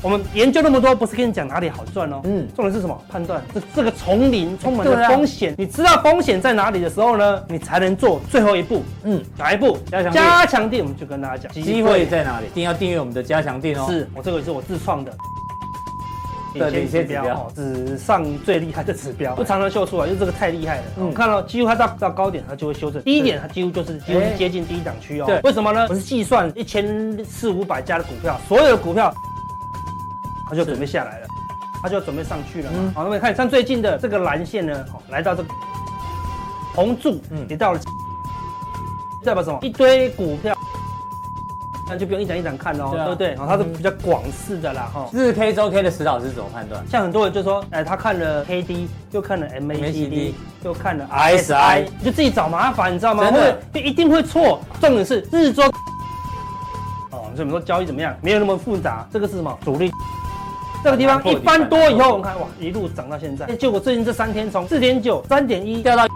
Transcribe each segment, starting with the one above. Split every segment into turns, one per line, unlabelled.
我们研究那么多，不是跟你讲哪里好赚哦。
嗯
嗯，重点是什么？判断这这个丛林充满
对
了
啊
风险，你知道风险在哪里的时候呢，你才能做最后一步。
嗯，
哪一步？
加强地
加强地，我们就跟大家讲
机会在哪里？一定要订阅我们的加强店哦。
是我这个是我自创的。
对领先指标
哦，史上最厉害的指标，不常常秀出来，就是这个太厉害了。
嗯
我看到几乎它到到高点，它就会修正；低点它几乎就是几乎
哎
是接近低档区哦。
对
为什么呢？我是计算一千四五百家的股票，所有的股票，它就准备下来了，它就要准备上去了嘛
嗯。
好，那么看像最近的这个蓝线呢，哦来到这个红柱
嗯，
也到了，代表什么？一堆股票。那就不用一档一档看哦，
对啊
对不对？然后它是比较广式的啦，哈。
日 K 周 K 的石老师怎么判断？
像很多人就说，哎，他看了 K D，又看了
MACD
MACD，又看了
RSI
RSI，你就自己找麻烦，你知道吗？
真的
会就一定会错。重点是日周，哦，所以我们说交易怎么样，没有那么复杂。这个是什么？主力。这个地方一翻多以后，我们看哇，一路涨到现在。哎结果最近这三天从四点九、三点一，
掉到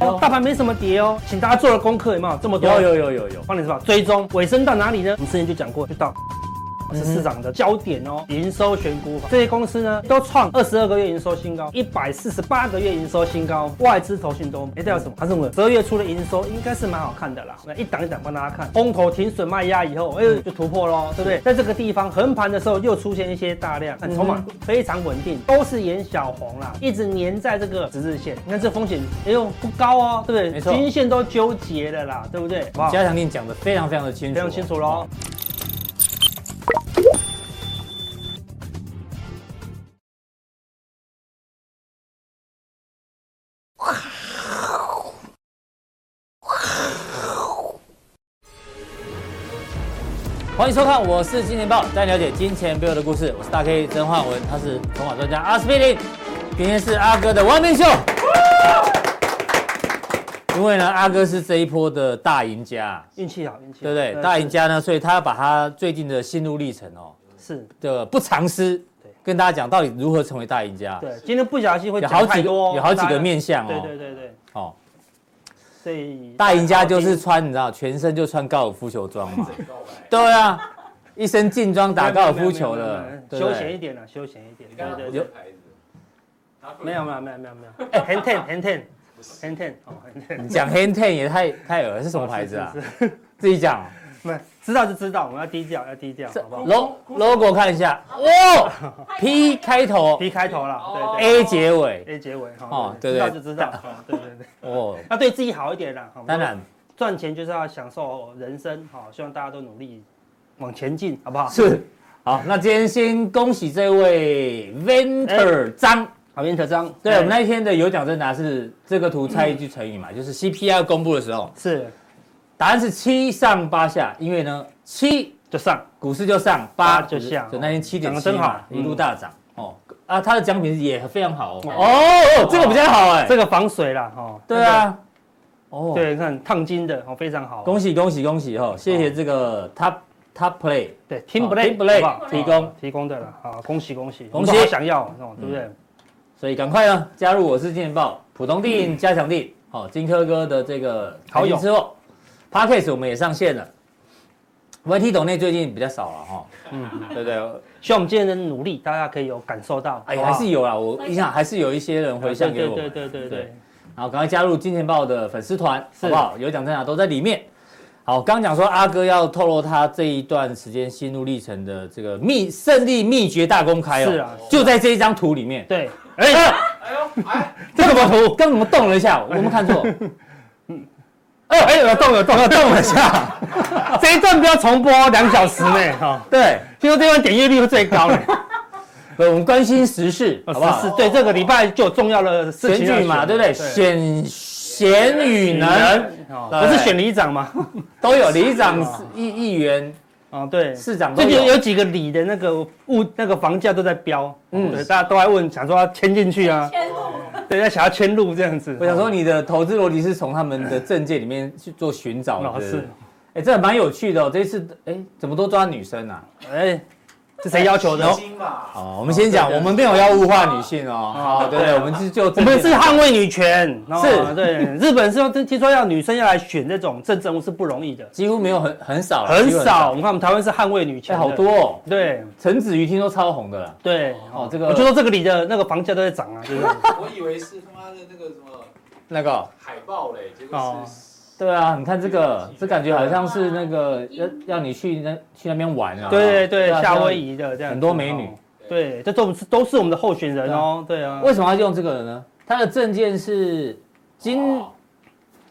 哦大盘没什么跌哦，请大家做了功课有没有？这么多
有有有有有，
帮你什么追踪尾声到哪里呢？我们之前就讲过，就到。
嗯哼
是市场的焦点哦，营收选股法，这些公司呢都创二十二个月营收新高，一百四十八个月营收新高，外资投信都没哎代
嗯
表什么？它认为十二月初的营收应该是蛮好看的啦，那一档一档帮大家看，空头停损卖压以后，哎、
嗯
就突破喽，对不对？在这个地方横盘的时候又出现一些大
嗯
量，看筹码非常稳定，都是沿小红啦，一直粘在这个十日线，你看这风险，哎呦不高哦，对不对？
没错
均线都纠结了啦，对不对？好不好？
加强店讲的非常非常的清楚，哦
非常清楚哦喽。。
欢迎收看，我是金钱豹，带你了解金钱背后的故事。我是大 K 曾焕文，他是筹码专家阿司匹林。今天是阿哥的完美秀，因为呢，阿哥是这一波的大赢家，
运气好，运气好呃
对不对？大赢家呢，所以他把他最近的心路历程哦
是
的不藏私
对，
跟大家讲到底如何成为大赢家。
对。今天不小心会
有
讲
好
太
几个
多哦
有好几
大
个
家
面相
对
哦，
对对对，
哦，
所以
大赢家就是穿你知道全身就穿高尔夫球装 嘛，对啊，一身劲装打高尔夫球的
没有没有没有没有没有，
对不
休闲一
对？
点了，休闲一点，
你
对
刚
对
刚
对，
有牌子，
没有没有没有没有没 有，哎，hand ten hand ten hand ten 哦，hand ten
你讲 hand ten 也太太恶了，是什么牌 子啊？
是是是
自己讲
没知道就知道，我们要低调要低调，好不好
logo logo 看一下， 哇，P 开头
？B 开头
哦
了，对对
，A 结尾，
，A 结尾哈，
哦
哦
对
知
对
道就知 道，哦对对对，
哦，
要对自己好一点啦，好
当然
赚钱就是要享受人生，好，希望大家都努力往前进，好不好？
是。好，那今天先恭喜这位
哎
Venter 张。
好，袁可章，
对，我们那一天的有奖征答是这个图猜一句成语 嘛，就是 CPI 公布的时候，
是
答案是七上八下，因为呢七
就上。
股市就上，八
八就下哦
就那天七点
讲得
七
真
嘛
好，嗯
一路大涨哦啊，它的奖品也非常好哦，
哇
哦，这个比较好哎，
这个防水啦，哦，
对啊，哦
那个，，对，你看烫金的，哦，非常好，
恭喜恭喜恭喜哦，谢谢这个 Top Top Play，
对，Team
哦
Play
Team Play，
好不好
提供
哦提供的啦，好，恭喜恭喜，我
恭喜嗯
们都好想要，哦，对不对？
所以赶快呢加入我是金钱豹浦东店加强店，好、金科哥的这个
嗯好友
之后 p a c k a g e 我们也上线了，YT 抖内最近比较少了哦哈，
嗯，
对不对？
希望我们今天的努力，大家可以有感受到，
哎，
好不好
还是有啦，我印象还是有一些人回向给我
对
们，
对对对对
对好，赶快加入金钱豹的粉丝团，
是
好不好？有奖征答都在里面。好，刚讲说阿哥要透露他这一段时间心路历程的这个秘胜利秘诀大公开哦，
是啊是啊
就在这一张图里面。
对，啊
哎。
哎呦，哎，
这怎么图？刚怎么动了一下？我们看错。哎 哎，有动有动有动了一下。
这一段不要重播两小时 内哈，
对，
听说这段点阅率会最高呢，
我们关心哦时事， 好不
是
好？
对，这个礼拜就有重要的事
选
情
举嘛，对不对？选贤与能
哦不是选里长吗？
都有，里长
是啊、
议议员、
哦，对，
市长都
最近
有
有。几个里的那个物那个房价都在飙，
嗯
嗯，对，大家都在问，想说要迁进去啊，
天路
对，要想要迁入这样子。
我想说，你的投资逻辑是从他们的证件里面去做寻找
老
的，对不对
是，
哎，这蛮有趣的哦。这一次，哎，怎么都抓女生啊？
哎，是谁要求的？
吸金吧，
哦，我们先讲，我们没有要物化女性哦，好，对不对？我们是就
我们是捍卫女权，哦
是
对日本是要听说要女生要来选这种政治人物是不容易的，
几乎没有很很少啦，
很
几乎
少。我们看我们台湾是捍卫女
哎，
权，
好，多哦。
对
陈子瑜听说超红的啦，
对，
哦，这
我就
个
说这个里的那个房价都在涨啊，就是
我以为是他妈的那个什么
那个，
海报嘞，结
哦
果
对啊，你看这个，这感觉好像是那个要要你去那去那边玩啊，
对对
啊
对，夏威。夷的这样子，
很多美女
哦，
哎
对，这都是都是我们的候选人哦，对啊，
为什么要用这个呢？他的证件是经
哦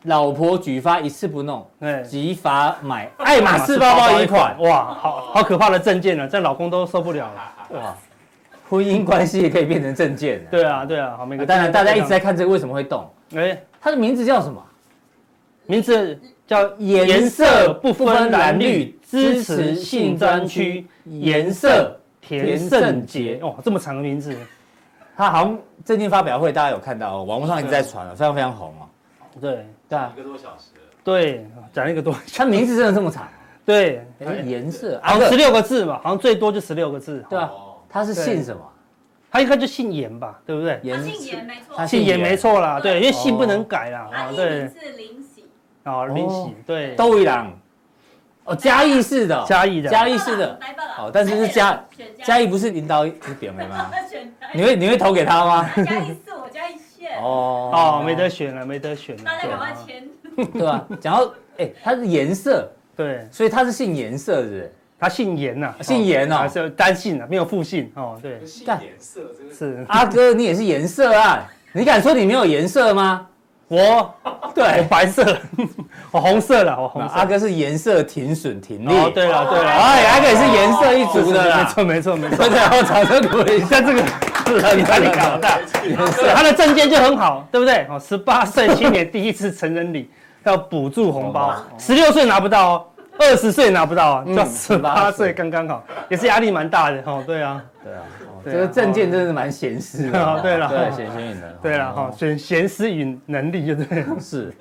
老婆举发一次不弄，
对。
即罚 买爱马仕包包一款。
哇，好好可怕的证件了，啊这老公都受不了了。
哇，婚姻关系也可以变成证件。
对啊，对啊，好，每
啊
个
当然大家一直在看这个为什么会动，
哎，
它的名字叫什么？
名字叫颜色不分蓝绿，支持性专区，颜色田圣杰。哦，这么长的名字，
它好像最近发表会大家有看到哦，网络上一直在传了，非常非常红哦。
对
对
是
啊
一，个多小时了，
对，讲一个多，
它名字真的这么长？
对，
哎颜色，啊
好
不
像
是
十六个字嘛，好像最多就十六个字。
对啊
哦，
它是姓什么？
他应该就姓颜吧，对不对？
他
颜
姓严没错，
他
姓颜没错啦，对，因为姓不能改啦，
他
哦
啊，
艺
对
名，是林喜，
啊，林喜，对，
窦一郎，哦，嘉义市的哦，
嘉义的，
嘉义市的，
来吧啦
哦但是是嘉
选
嘉
义，
义不是林导是扁梅吗？
选嘉
你
义，啊
会你会投给他吗？
嘉义是我嘉义县，
哦
哦，没得选了，没得选了，
大家
对
赶快
啊
签，
对吧？讲到哎，它是颜色，
对，
所以它是姓颜色是不是？
他姓颜呐，
姓颜哦
还是单姓啊，没有复姓哦，对
不，是
干
颜色，这个
是啊
阿哥，你也是颜色啊？你敢说你没有颜色吗？
我我
对，
白色， 我红色了，我红色
阿。哥是颜色停损停利。
哦，对了对了，
哎，阿哥也是颜色一
是
族的
没
啦。
错没错没错
我，在我掌声鼓励一下，这个
你把你搞大。对，啊他的证件就很好，对不对？哦，十八岁青年第一次成人礼 要补助红包，十六岁拿不到哦，二十岁拿不到啊，
哦嗯
就十八
18
岁
岁
刚刚好，也是压力蛮大的哦。对啊，
对啊，哦
对啊
这个证件真的是蛮闲适
哦
的。
对了
对，闲闲的。
对了哈，哦选贤思与能力就对了。
是。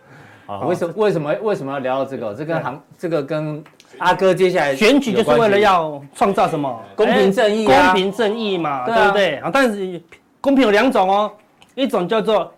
好，为什么为什么为什么要聊到这个？这跟行这个跟阿哥接下来
哎选举就是
有
为
关
了
系
要创造什么
公平正义啊
公平正义嘛，
对
对
啊
不对？啊，但是公平有两种哦，一种叫做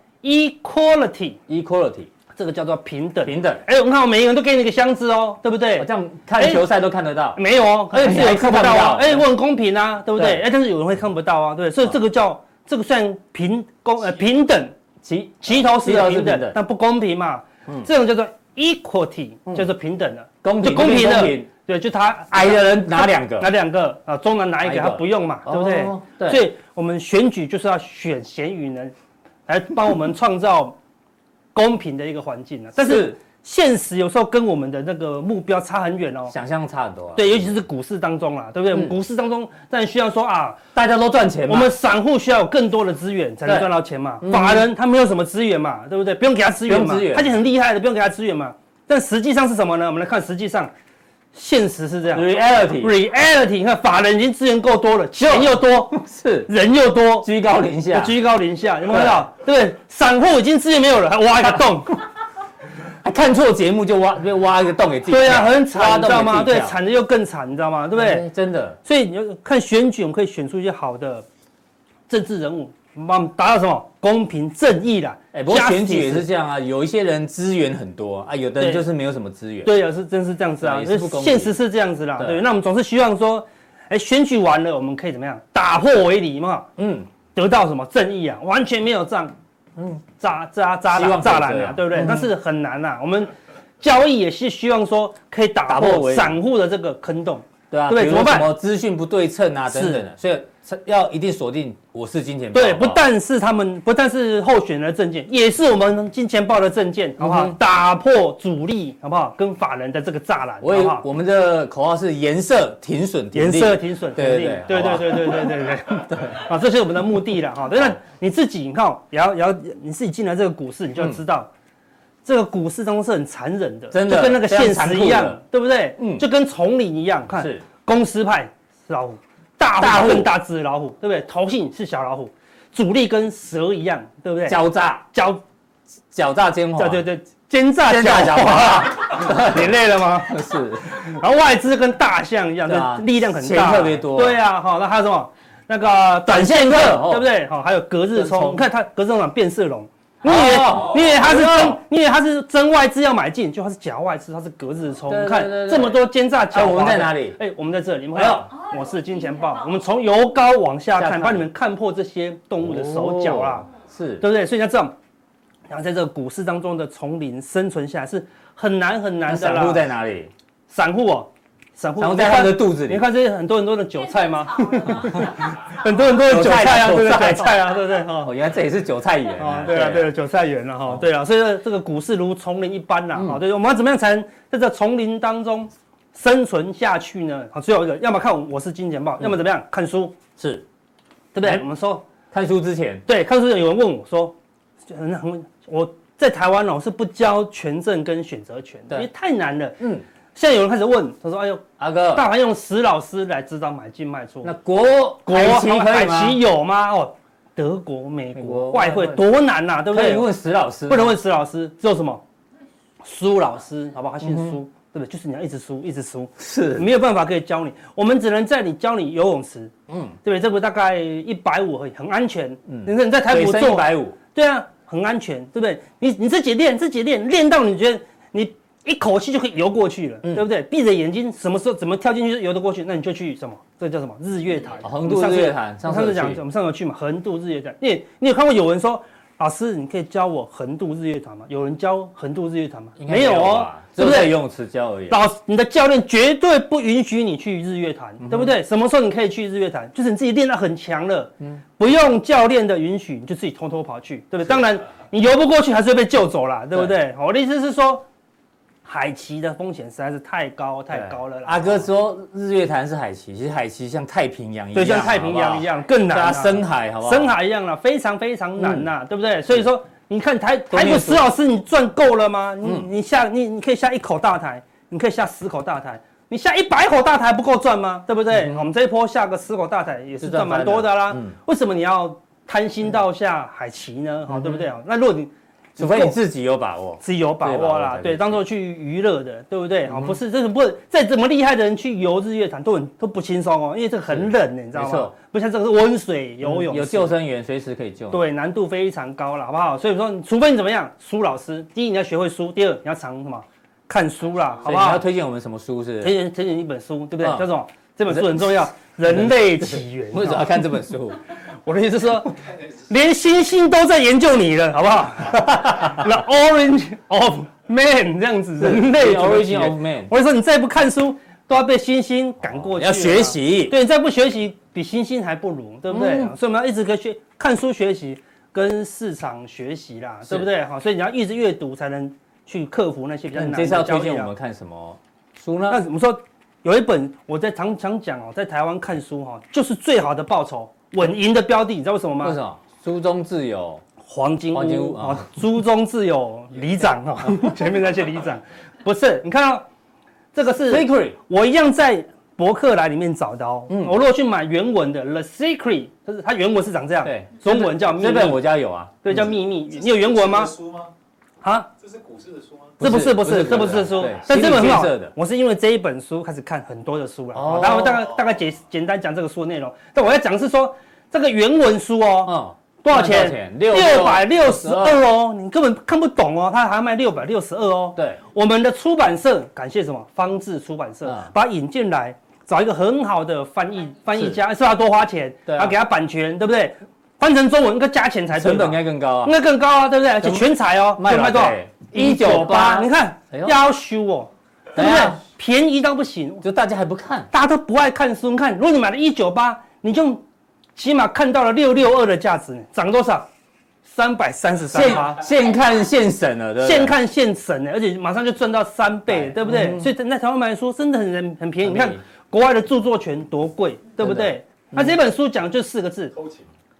equality，
equality
这个叫做平等。
平等。
哎，我们看，我每一个人都给你一个箱子哦，对不对
我？这样看球赛都看得到。
没有哦，而且
你
是有
还
人看不
看不
到啊
到，
哎，我很公平啊，对不对？
对
哎，但是有人会看不到啊，对不对，所以这个叫这个算平公呃平等，
其
齐头式
齐头
的平
式平
等
等，嗯
但不公平嘛，这种叫做 equality，叫做平等的，
公
就
平
公平
这边
的，对，就他
嗯矮的人拿两个
拿，两个啊，中南拿一
拿
个，
一
他
个
不用嘛， 对不对
哦？对
所以我们选举就是要选贤与能，来帮我们创造公平的一个环境啊。但是现实有时候跟我们的那个目标差很远哦。
想象差很多啊。
对，尤其是股市当中啊啦，对不对？我们
嗯
股市当中，当然需要说啊，
大家都赚钱嘛。
我们散户需要有更多的资源才能
对
赚到钱嘛。
嗯
法人他没有什么资源嘛，对不对？不用给他资源
不
嘛
用资，源
他已经很厉害的，不用给他资源嘛。但实际上是什么呢？我们来看，实际上现实是这样。
reality
reality，你看法人已经资源够多了，钱又 多，
是
人又多，
居高临下，
居高临下，有没有看到？对不对？散户已经资源没有了，还挖一个 洞，
还哎看错节目就挖，就挖一个洞给自己跳。
对啊，很
挖
惨，你知道
洞给自己
吗？对，
跳
惨的又更惨，你知道吗？对不对？
嗯真的
所以你要看选举，我们可以选出一些好的政治人物，帮我们达到什么公平正义啦。
哎，不过
加
选举也
死
是这样啊，有一些人资源很多啊，有的人就是没有什么资源。
对啊，是真是这样子啊，
对
就
也是
是
不公平
现实是这样子啦。
对
对，那我们总是希望说，哎，选举完了，我们可以怎么样？打破为敌嘛。
嗯，
得到什么正义啊？完全没有仗，嗯，扎扎扎
希
啦
望
栅
可以
栏
这
啊，
样嗯
对不对？但是很难呐、我们交易也是希望说可以打
打破
破
围
散户的这个坑洞，
对啊，
对
比如
怎么办
什么资讯不对称啊，
是
等等的，所以要一定锁定我是金钱豹。
对，
嗯好不
不
好
但是他们，不但是候选人的证件，也是我们金钱豹的证件，好不好？
嗯哼
打破主力，好不好？跟法人的这个栅栏，好
我
不
也
好？
我们的口号是颜色停损，停
颜
利
色停损肯
对
定，对对
对
对
对
对对对对，啊，这是我们的目的了哈。对那你自己，你看哦，也要也要你自己进来这个股市，你就要知道，这个股市当中是很残忍的，
真的
就跟那个现实一
非常
样
残酷的，
对不对？
嗯
就跟丛林一样，看
是
公司派是老虎，大
大
户
户
跟大只的老虎，对不对？投信是小老虎，主力跟蛇一样，对不对？
狡诈
交
狡诈奸猾。
对对对，奸诈
奸诈狡 猾，
你累了吗？
是
然后外资跟大象一样，
对啊
这力量很大，
钱特别多
对啊，好，那还有什么？那个
短线客哦
对不对？好，还有隔日
隔日
冲，
冲
你看它隔日冲涨变色龙，你以为
哦
你以为它是
哎
真
呦，
你以为它是真外资要买进，就它是假外资，它是隔日冲。
对对
你看
对对
这么多奸诈
哎，
假，
我们在哪？里？
哎，我们在这里，你们
哎
看
呦
到。
哦
我是金钱豹，我
我
们
们
从由高往下
下
看，
看
帮你们看破这些动物的手脚啦。
哦，是
对不对？所以像这种，然后在这个股市当中的丛林生存下来是很难很
那
难的
散户
啦。
在哪里？
散户哦，散户，
散户
你
在他们
看
的肚子
你
里。
看这些很多很多的韭菜吗？？ 很多很
人
多的韭
韭菜
菜啊，
韭
对不对？
菜
韭菜啊，对不对？哈，
哦，原来这也是韭菜园
哦，对啊，对啊，韭菜园了
哦
哈，对啊，所以这个股市如丛林一般啦，
嗯
哈，对，我们要怎么样才能在这丛林当中生存下去呢？好，最后一个，要么看我我是金钱豹，要么怎么样看书，
嗯是
对不对？
嗯
我们说
看书之前，
对，看书有人问我说，很很我在台湾哦是不教权证跟选择权的，因
对
为太难了。
嗯，
现在有人开始问，他说：“哎呦，
阿哥，
大盘用史老师来指导买进卖出，
那国
国
海旗可以
海
吗
奇？有吗？哦，德国、美
美
国
国
外汇
外汇
多难呐、对不
可以
对？
问石老师吗，
不能问史老师，只有什么苏老师，好不好？他姓
嗯
苏，
哼
对不对？就是你要一直输，一直输，
是，
没有办法可以教你，我们只能在你教你游泳池，
嗯，
对不对？这个大概一百五而已，很安全。嗯，
嗯
你看你在台
水
股
深一
做
百五，
对啊，很安全，对不对？你你自己练，自己练，练到你觉得你一口气就可以游过去了，
嗯
对不对？闭着眼睛，什么时候怎么跳进去就游得过去，那你就去什么？这叫什么？日月潭，
哦横渡日月潭，
我
上
们上次
次
讲
讲，
我们上次有去嘛，横渡日月潭。你也你有看过有人说，老师，你可以教我横渡日月潭吗？有人教横渡日月潭吗？
应该
没有哦
吧，只
对不
有在游
对？
泳池教而已。
老师，你的教练绝对不允许你去日月潭，对不对？什么时候你可以去日月潭？就是你自己练到很强了，不用教练的允许，你就自己偷偷跑去，对不对？当然，你游不过去还是会被救走啦，对不对？好我的意思是说，海奇的风险实在是太高太高了
对
啦。哦
阿哥说日月潭是海旗，其实海旗像太平洋一样，
对，像太平洋一样更
好不好，
难
对
啊，
啊，深海好不好？嗯
深海一样啦，非常非常难呐，对不对？所以说，你看台
多
台
念
股
书
石老师，你赚够了吗？你
嗯
你下你你可以下一口大台，你可以下十口大台，你下一百口大台不够赚吗？对不对？我们这一波下个十口大台也是
嗯是
赚
赚
蛮
翻的
多的啦
嗯。
为什么你要贪心到下海奇呢？
嗯
哦好，对不对？那如果你
除非
够
你自己有把握。
是有把握啦，
对
对，
把握才可以
当做去娱乐的，对不对？好，哦不是，这是不再怎么厉害的人去游日月潭都很都不轻松哦，因为这个很冷，你知道
没
吗
错？嗯
不像这个是温水游泳池，啊
有救生员，随时可以救。，
对，难度非常高了，好不好？所以说，除非你怎么样，苏老师，第一你要学会书，第二你要常什么看书啦，好
所以
不
你要
好？
推荐我们什么书是不
推
是？
荐推荐一本书，对不对？
嗯
叫什么？这本书很重 要，《人类起源》。
为什么要看这本 书？
我的意思是 说，连星星都在研究你了，好不 好？The Origin of Man 这样子，人类
The
怎么起
Origin
源
of Man，
我跟你说，你再不看书，都要被星星赶过去。啊
要学。习。
对，你再不学习，比星星还不如，对不对？
嗯
所以我们要一直跟学看书学习，跟市场学习啦，
是
对不对？好，所以你要一直阅读，才能去克服那些比较
那
难
你
的
嗯这次要
交
推
易
荐
啊
我们看什么书
那
呢？
我们说有一本我在常常讲哦，在台湾看书哈、哦，就是最好的报酬，稳赢的标的，你知道为什么吗？
为什么？书中自有
黄金屋
黄金屋
啊
啊，
书中自有里长哦， 前面那些里长不是？你看到这个是
secret，
我一样在博客来里面找到、哦。
嗯
我如果去买原文的《The Secret》，就是它原文是长这样，
对，
中文啊叫秘
这本
密，
我家有啊。
对，叫秘密。你有原文吗？
书吗？
啊，
这是股市的书吗？
这不是不是
不是
这不是
不
书
是对，
但这本很好
心理建设的。
我是因为这一本书开始看很多的书了，
哦
然后大概大概简简单讲这个书的内容。但我要讲的是说这个原文书哦，
嗯，
多少钱？？
六
六百六十二。哦，你根本看不懂哦，他还卖六百六十二哦。
对，
我们的出版社感谢什么？方志出版社、
嗯
把它引进来，找一个很好的翻译翻译家，是不是要多花钱？
对啊
然后给他版权，对不对？翻成中文应该加钱才对
成
吧
本应该更高啊
应。该更高啊，对不对？而且全彩哦，就卖多少？
198
你看
哎呦啊
要修哦，对
等
不
一
对
下？
便宜到不行，
就大家还不看，
大家都不爱看书。你看，如果你买了一九八，你就起码看到了六六二的价值，涨多少？三百三十三趴
现，现看现省了，对不对？
现看现省欸呢，而且马上就赚到三倍
哎，
对不对？所以在台湾买书真的很很便宜。
很便宜
你看国外的著作权多贵，对不对？那
嗯
这本书讲就四个字：
偷情。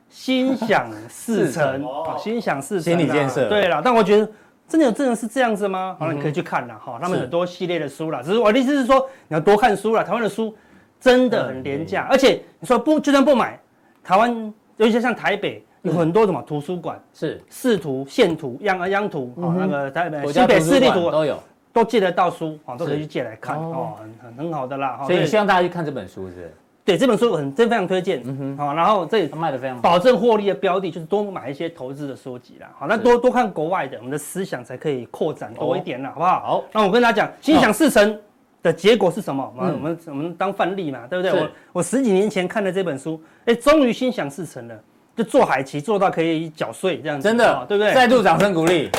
心想事
事
成
成，
好心想事成啊，
心理建设嗯
对啦，但我觉得真的有真的是这样子吗？好了，你可以去看啦，哈，他们
是
很多系列的书啦，只是我的意思是说，你要多看书啦，台湾的书真的很廉
嗯
价，而且你说不就算不买，台湾尤其像台北有很多什么图书馆、
是
啊市图、县图、央央图，好那个台北
嗯国
新
家
北
北
市
市
立
立
图
图都有，
都借得到书啊，都可以
是
去借来看
哦
哦，很很很好的啦。哦
所以你
对
希望大家去看这本书，是不是？
对这本书我很真非常推荐，
嗯哼
好，然后这里
它卖的非常好。
保证获利的标的就是多买一些投资的书籍啦。哦好，那
是
多多看国外的，我们的思想才可以扩展多一点
哦
啦，好不好？
好，
那我跟大家讲，心想事成的结果是什么？我
嗯
们我们我们当范例嘛，对不对？
是
我我十几年前看的这本书，哎，终于心想事成了，就做海奇做到可以缴税这样子，
真
哦
的，
对不对？
再度掌声鼓励。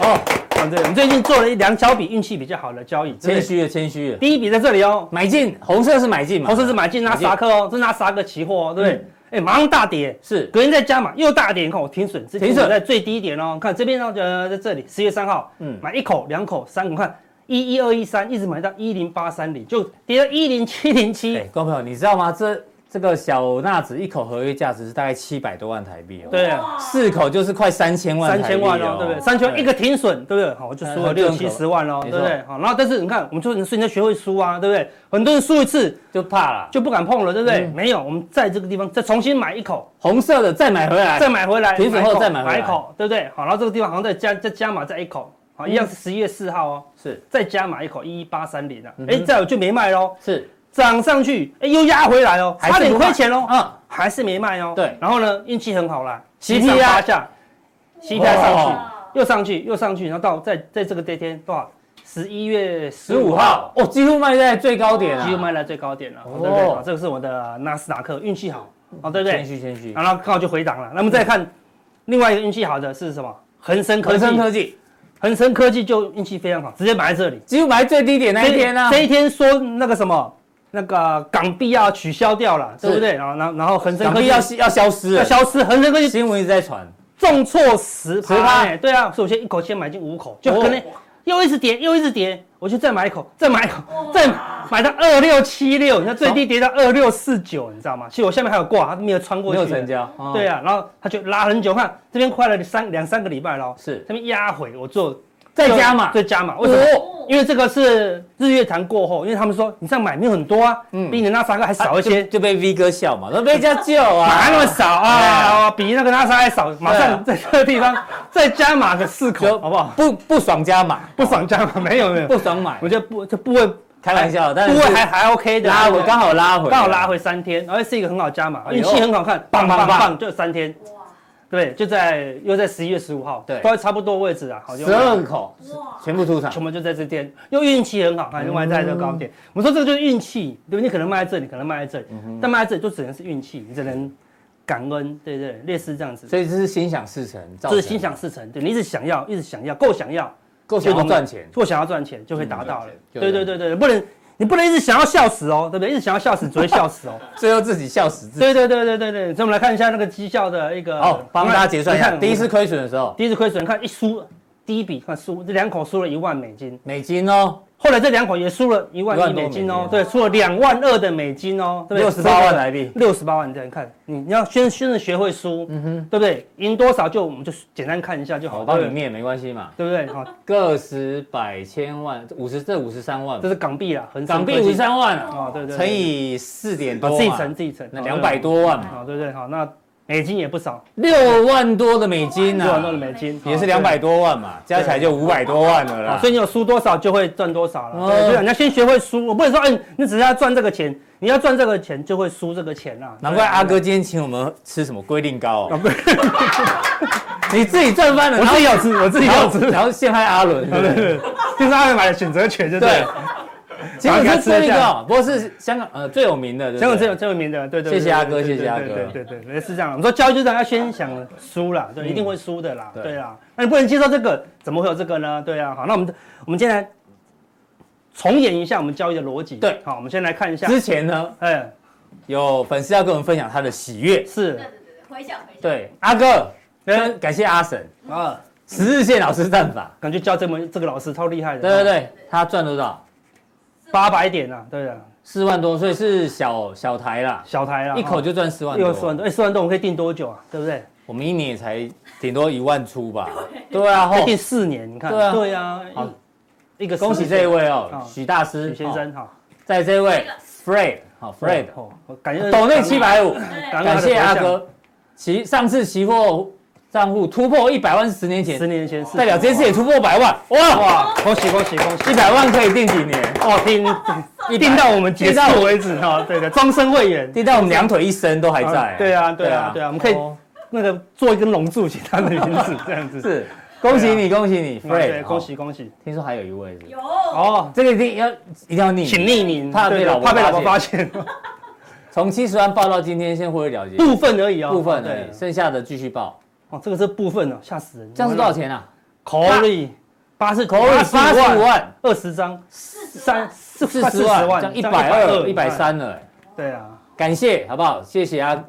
哦，
啊，对，我们最近做了一两小笔运气比较好的交易，对不对
谦虚了，谦虚了。
第一笔在这里哦，
买进，红色是买进嘛？
投资是买进拿
买进
啥克哦，这拿啥个期货哦，对不
嗯
对？哎、马上大跌，
是
隔天再加码又大跌，你看我停损，之前
停损
我在最低点哦，看这边呢，呃，在这里十月三号，
嗯
嗯，买一口、两口、三口，看一一二一三，一直买到一零八三零，就跌到一零七零
哎、
七，
观众朋友，你知道吗？这这个小纳子一口合约价值是大概七百多万台币哦，
对
哇
四口就是快三千万
三
台
千
币、
万哦，对不对？三千万一个停损，对不对？好，我就输了
嗯这
六
很可
七十万哦，
没
对
错
不对？好，然后但是你看，我们就瞬间学会输啊，对不对？很多人输一次
就怕了。
就不敢碰了，对不对？
嗯
没有，我们在这个地方再重新买一口，
红色的再买回来，
再买回来，
啊停止后
一口
再买回来
一口，对不对？好，然后这个地方好像再加再加码再一口，好，一样是十一月四号哦，
嗯是
再加码一口一一八三零啊
嗯，
哎，
哼
再有就没卖喽，
是，
涨上去，哎，又压回来哦，
还是
差点
不卖
亏钱哦，
嗯，
还是没卖哦，
对啊
然后呢，运气很好啦
CPI
八下，CPI 上去，
哇
又上去，又上去，然后到在在这个这天多少？十一月
十五号，哦，几乎卖在最高点啊，
几乎卖在最高点了，
哦
对不对？好这个是我的纳斯达克，运气好，哦，对不对
谦？虚谦虚。
然后刚好就回档了。那么再看另外一个运气好的是什么？恒生科
恒
技
生，科技
恒生科技就运气非常好，直接买在这里。
几乎买在最低点那一天呢、啊
这，一天说那个什么，那个港币要取消掉了，
是
对不对？然后，然后，然后恒生
港
科
币
技
要要消失
要
了，
消失，恒生科技
新闻一直在传，
重挫十
10%
趴，哎对啊，所以我先一口先买进五口，就可能
哦
又一直跌，又一直跌，我就再买一口，再买一口，
哇
再买到二六七六，你看最低跌到二六四九，你知道吗？其实我下面还有挂，它没有穿过
没
去
有
的，
成交，哦
对，啊，然后他就拉很久，看这边快了三两三个礼拜咯，
是
这边压回，我做
再加嘛，
再加码，为什么？
哦
因为这个是日月潭过后，因为他们说你这样买没有很多啊，
嗯
比你那三个还少一
就
些，
就被 V 哥笑嘛，说被人家救 啊，
哪那么少
哎呀
啊？比那个那三还少，马上在这个地 方再加码个四口
啊就，
好不好？
不不爽加码，
不爽加码没有没有，
不爽买
我，觉得不这部位
开玩笑，但
部
是
位哎还还 OK 的，
拉回，刚好拉回，
啊
啊
刚好拉回三天，然后是一个很好加码，
哎呦
运气很好看，
棒
棒
棒
棒
棒
棒，就三天。
哇
对，就在又在十一月十五号，
对
都在差不多位置啊，好就
十二口
哇，
全部出场，
全部就在这天，又运气很
嗯
好，看，又卖在这个高点。我们说这个就是运气，对不对？你可能卖在这里，可能卖在这
嗯
里，但卖在这里就只能是运气，你只能感恩，对不对？类似这样子，
所以这是心想事成，造
这
成
是心想事成，对你一直想要，一直想要，够想要，
够想要赚钱，
够想要赚钱就会达到了。
嗯
对对对对，不能你不能一直想要笑死哦，对不对？一直想要笑死，只会笑死 哦。
最后自己笑死自己。
对对对对对对，所以我们来看一下那个绩效的一个，
好，帮大家结算一
你
下，
看
第一次亏损的时候，
第一次亏损，看一输，第一笔看输，这两口输了一万美金，
美金哦，
后来这两口也输了一
1万
万一
多
美金
美
哦，
金啊
对，输了两万二的美金哦，对不
六
对？
十八万台币，
六十八万，你看，你你要先先是学会输，对不对？赢多少就我们就简单看一下就
嗯好
好，
我帮你
对不对
念没关系嘛，
对不对？好，
个十百千万五十这五十三万
这，是港币啦，很
港币五十三万啊，
哦，对对，对
乘以四点
哦
多
自己
嘛，
乘自己乘，
那
哦
两百，多万
对
嘛，
哦，对对，好，那美金也不少，
六万多的美金
六
对
万多
啊
的，美金
也是
哦对
两百多万嘛，加起来就五百多万了
啊，
啦
所。以你有输多少就会赚多少了。
哦
对对，你要先学会输，我不能说，嗯，你只是要赚这个钱，你要赚这个钱就会输这个钱啊。
难怪阿哥今天请我们吃什么龟苓膏哦， 你自己赚翻了，然后
有吃，我自
然后，然后陷害阿伦，对不对？
就是他买的选择权，对不
对
对？，
请我吃龟苓膏，不过是香港呃最有名的，对不对
香港最有最有名的，对对。对
谢谢阿哥
对对
谢谢阿哥
对对对对，是这样。我们说交易就是这样要先想输啦，对，一定会输的啦，
对
对啊。那你不能接受这个，怎么会有这个呢？对啊。好，那我们我们先来重演一下我们交易的逻辑。
对，
好，我们先来看一下。
之前呢，
哎，
有粉丝要跟我们分享他的喜悦，
是
对对对对，回想回想，
对，阿哥，跟感谢阿神，
啊，
十日线老师战法，
感觉教这门这个老师超厉害的。
对对对，他赚多少？
是
八百点啊，对啊，
四万多，所以是小小台啦，
小台啊，
一口就赚四万
又四万
多，
多，哎，四万多我们可以定多久啊？对不对？
我们一年也才顶多一万出 吧，对啊，
可以
吼
定四年，你看，
对啊
对啊
好，
一一个
恭喜这一位哦
好，
许大师
许先，
哦
生哈
在这位 Fred 好 Fred，嗯
哦，我感谢
抖内七，百五，
对
感
感谢
感恩他
阿
的
哥。期上次期货账户突破一百万是十年前
十，年前是
代表这次也突破百万，哇，
哇，恭喜恭喜恭喜！
一百万可以定几年？
哦，听
一百
定到我们结束为止哈，对的，终身会员。
定到我们两腿一伸都还在
啊。对啊，对啊，对啊，我们可以
哦
那个做一根龙柱写他的名 字，这样子。
是，恭喜你，恭喜你
嗯对，
，Fred，
恭喜恭喜。
哦！听说还有一位是，
有
哦，
这个一定要一定要
请
逆，
匿名，
怕被
对的
老婆
怕被
发
老婆发现，
从七十万报到今天，先获利了结
部分而已哦，
部分而
对
已，。剩下的继续报。
哦，这个是部分哦，吓死人。
这样是多少钱啊？
口里八十口
口
里
里八十五，万，
二十张三四
四十万，这样一百二、一百。
快
三了欸。
120对啊，
感谢，好不好？谢谢啊，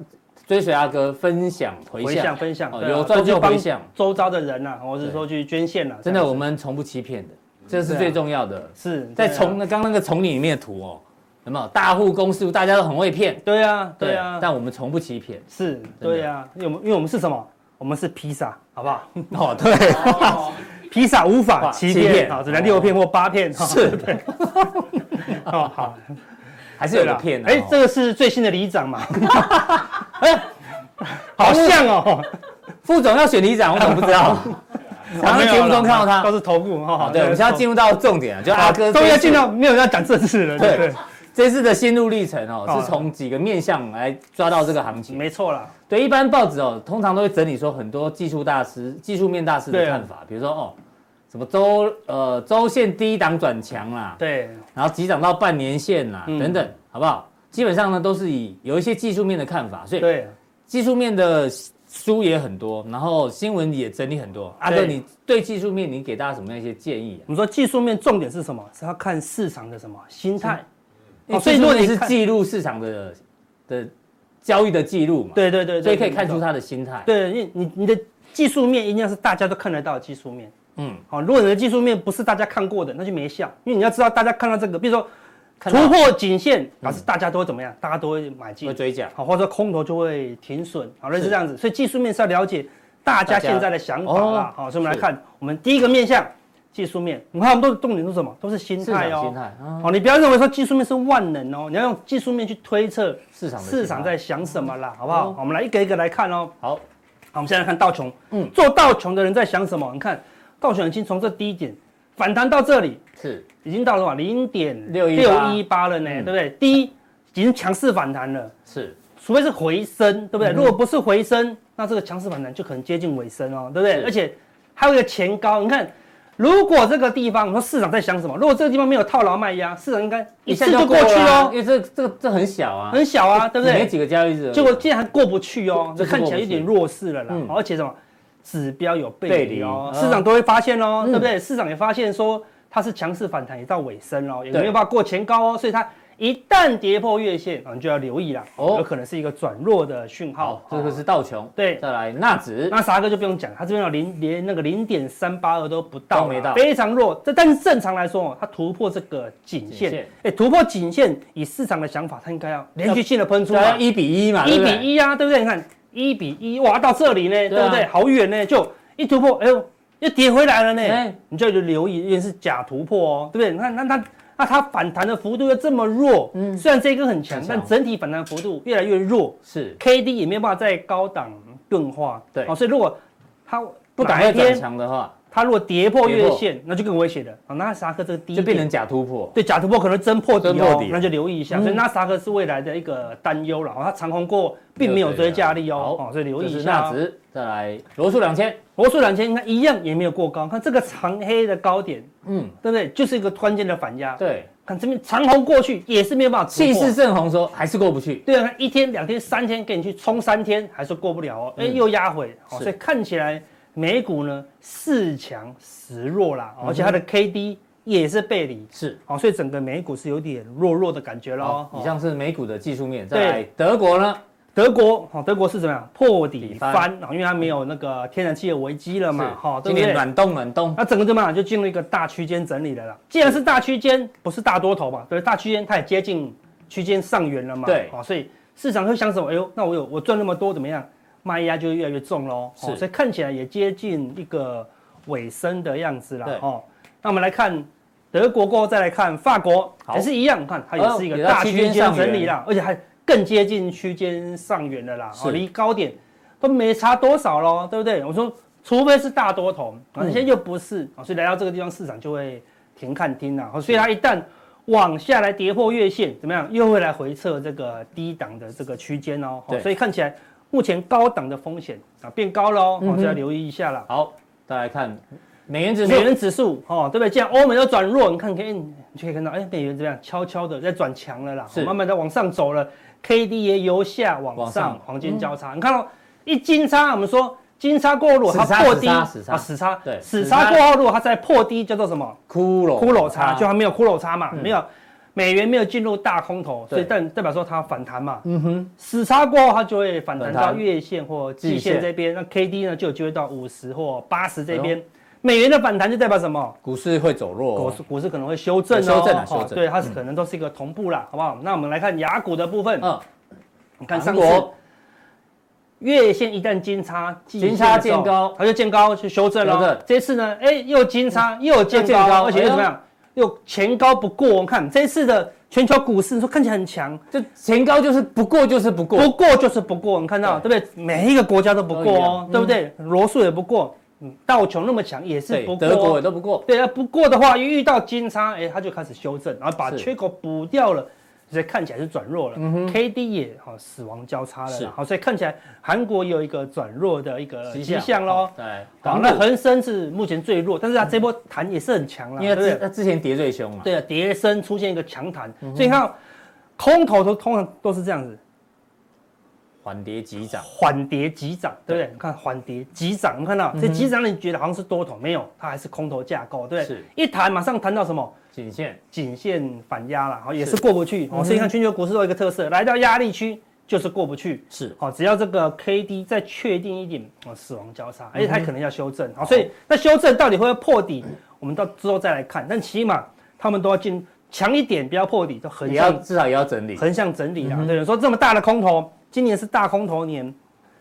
追随阿哥分享回
回
向
向，分享
哦，
对啊
有赚就
都去帮
回向
周遭的人呐，或者说去捐献呐。
真的，
这样子
我们从不欺骗的，这是最重要的。
是
在
嗯啊对啊
从那刚刚那个丛林里面的图哦，有没有大户公司大家都很会骗？
对啊，对啊，
但我们从不 欺骗。
是，对啊，因为我们因为我们是什么？我们是披萨，好不 好？
哦，对，
披萨无
哇
法欺
欺骗哦
骗，好，只能六片或八片。哈
是，
哦， 好，
还是
对
有个
了
骗的。
哎
哎，，
这个是最新的里长 嘛？哎好像哦，
副总要选里长，我怎么不 知道？ 常在节目中看到他
都。是头部哈
好，对，我们现在进入到重点了，就阿
啊，
哥
终于要进
到。
到没有人要讲正事了，
对
对
这次的心路历程哦，
哦
是从几个面向来抓到这个行
不对？
情。
没错啦，
对，一般报纸哦，通常都会整理说很多技术大师、技术面大师的
对啊
看法，比如说哦，什么周呃周线低档转强啦，
对，
然后急涨到半年线啦、
嗯
等等，好不好？基本上呢都是以有一些技术面的看法，所以
对，
技术面的书也很多，然后新闻也整理很多。阿哥，
对
你对技术面你给大家什么样一些建议、啊？
我们说技术面重点是什么？是要看市场的什么心态。
因为
哦所以
技
如
术
果
面
你
是
看
记录市场的的交易的记录嘛，
对对对，对
所以可以看
没
出
错
他的心态。
对，因为你你的技术面一定要是大家都看得到的技术面。
嗯，
好，如果你的技术面不是大家看过的，那就没效。因为你要知道，大家看到这个，比如说
看到
突破颈线，表示大家都会怎么样？大家都会买进
会。追加。
好，或者说空头就会停损，好，类似
是
这样子。所以技术面是要了解大家
大家
现在的想法
哦
啦。好，所以我们来看我们第一个面向技术面，我们看我们都重点是什么？都是心
市
态
场
哦
心。态，嗯
好，你不要认为说技术面是万能哦，你要用技术面去推测
市场的
市场
心态
在想什么啦，好不
哦
好？好我们来一个一个来看哦。
好，
好，我们现在看道琼，
嗯
嗯，做道琼的人在想什么？你看道琼已经从这低点反弹到这里，
是
已经到了零点
618
了呢，
嗯
对不对？第一已经强势反弹了，
是
除非是回升，对不对？
嗯
如果不是回升，那这个强势反弹就可能接近尾声哦，对不对？
是
而且还有一个前高，你看。如果这个地方，我们说市场在想什么？如果这个地方没有套牢卖压，市场应该一次就过去
了啊
喽
因，为这这个这很小啊，
很小啊，对不
没
对？
几个交易日而已，
结果竟然还过不去哦，
这
这
这
看起来有点弱势了啦。
嗯
而且什么，指标有
背
背
离
离哦，
嗯
市场都会发现哦，
嗯
对不对？市场也发现说它是强势反弹，也到尾声哦，也
对
没有办法过前高哦，所以它一旦跌破月线，啊，你就要留意啦，
哦
有可能是一个转弱的讯号
好，。这个
哦
是道琼，
对
再来纳指，
那啥哥就不用讲，它这边有零连那个零点三八二都不到
都
啦，
没到
非常弱。这但是正常来说哦，它突破这个颈
颈线
线，哎，突破颈线，以市场的想法，它应该要连续性的喷出
主要
来，
哎一比一嘛，
一
对不对
比一啊，对不对？你看一比一，哇，到这里呢，
对啊
对不对？好远呢，就一突破，哎呦，又跌回来了呢
哎。
你就留意，因为是假突破哦，对不对？你看，那它那它反弹的幅度又这么弱，
嗯
虽然这一根很强
很，强
但整体反弹幅度越来越弱
是
，K D 也没有办法在高档钝化，
对
哦，所以如果它
不敢
哪
再
一
转
天，
强的话，
它如果跌破
跌
月
破
线，那就更危险了。啊，那沙克这个低
就变
点
成假突破，
对，假突破可能真破底
真破
哦
底，
那就留意一下。
嗯
所以纳斯达克是未来的一个担忧了，哦它长红过，并没有追加力哦，哦，
好
所以留
这
意
是
一
纳
下。
指，再来罗素两千，
罗素两千你看一样也没有过高，看这个长黑的高点，
嗯，
对不对？就是一个关键的反压。
对，
看这边长红过去也是没有办法突破
气势正红说还是过不去，
对啊，一天、两天、三天给你去冲三天，还是过不了哦，哎、
嗯
又压回，哦，
是
所以看起来美股呢四强十弱啦，哦
嗯
而且它的 K D 也是背离，
是。
哦，所以整个美股是有点弱弱的感觉哦喽
好，。以上是美股的技术面，再
对
来德国呢？
德国，哈，德国是怎么样破底
底翻
翻啊？因为它没有那个天然气的危机了嘛，
是
哈，对
今
不
年
对？
暖冬暖冬，
那整个怎么样就进入一个大区间整理了啦。既然是大区间，不是大多头嘛，对，大区间它也接近区间上缘了嘛，
对
好，所以市场会想什么？哎呦，那我有我赚那么多怎么样？卖压就越来越重喽，
是
哦所以看起来也接近一个尾声的样子啦
对，
哦。那我们来看德国过后再来看法国，
好
也是一样，看它也是一个
哦也到
大
区
区
间
间
上缘
整理啦，而且还更接近区间上缘了啦，
是
哦，离高点。都都没差多少咯，对不对？我说，除非是大多头，啊，
嗯
现在又不是，啊，所以来到这个地方，市场就会停看听啦。啊所以它一旦往下来跌破月线，怎么样？又会来回测这个低档的这个区间哦。啊
对
所以看起来目前高档的风险啊变高喽，
嗯
啊
哼
所以要留意一下啦。
好，再来看美元指数
美，元指数哦，对不对？既然欧美都转弱，你看可以，你就可以看到，哎，美元怎么样？悄悄的在转强了啦，哦
是
慢慢的往上走了，K D 也由下往上，
往上
黄金交叉，你看哦，一金叉，我们说金叉过后，如果它
死叉
破低，
死叉死叉
啊，死叉，
对
死
死
叉
叉
过后，如果它再破低，叫做什么？
骷髅
骷髅叉，就还没有骷髅叉嘛，
啊嗯
没有。美元没有进入大空头，所以
对
代代表说它反弹嘛，
嗯哼，
死叉过后它就会反弹
反
到
弹
月线或季
季
线
线
这边，那 K D 呢就有机会到五十或八十这
哎
边。美元的反弹就代表什么？
股市会走弱
股
哦
市，股市可能会修正哦，
修正啊
哦
修正
对，它是可能都是一个同步啦，好不好？那我们来看雅股的部分，
嗯，
你看
韩
上
国
国月线一旦金叉，季线
金叉
的时候
见高
它就见高去修正
修
了
正。嗯
这次呢，哎，又金叉又见
又见
高，
高哎
而且又怎么样？又前高不过，我们看这次的全球股市，你说看起来很强，
就前高就是不过就是不过，
不过就是不过，你看到
对
对不对？每一个国家都不
都
过
一
哦
样，
对不对？罗素也不过，嗯，道琼那么强也是
对
不，过哦，
德国也都不过，
对，那不过的话，一遇到金叉，哎、它就开始修正，然后把
是嗯
缺口补掉了，所以看起来就转弱了。K D 也好、死亡交叉了
是
啦，好，所以看起来韩国有一个转弱的一个迹象喽
好。再来，
好，
港
那
股，
恒生是目前最弱，但是它这波弹也是很强了，
因为
对不
它之
对？
它之前跌最凶嘛，
对啊，跌升出现一个强弹，
嗯
所以你看空头都通常都是这样子，
缓跌急涨，
缓跌急涨，对不对？你看缓跌急涨，我们看
嗯
到这急涨，你觉得好像是多头，没有，它还是空头架构，对不对
是？
一弹马上弹到什么？
颈线
颈线反压啦，好也是
是嗯
过不去。哦，
哼
所以看全球股市都有一个特色，来到压力区就是过不去。哦
是
好，只要这个 K D 再确定一点，哦，死亡交叉，而且它可能要修正。好，
嗯好
所以那修正到底会不会破底，我们到之后再来看。但起码他们都要进强一点，不要破底，都横
也要
向
至少也要整理，
横向整理啦
嗯。哼
对，说这么大的空头，今年是大空头年，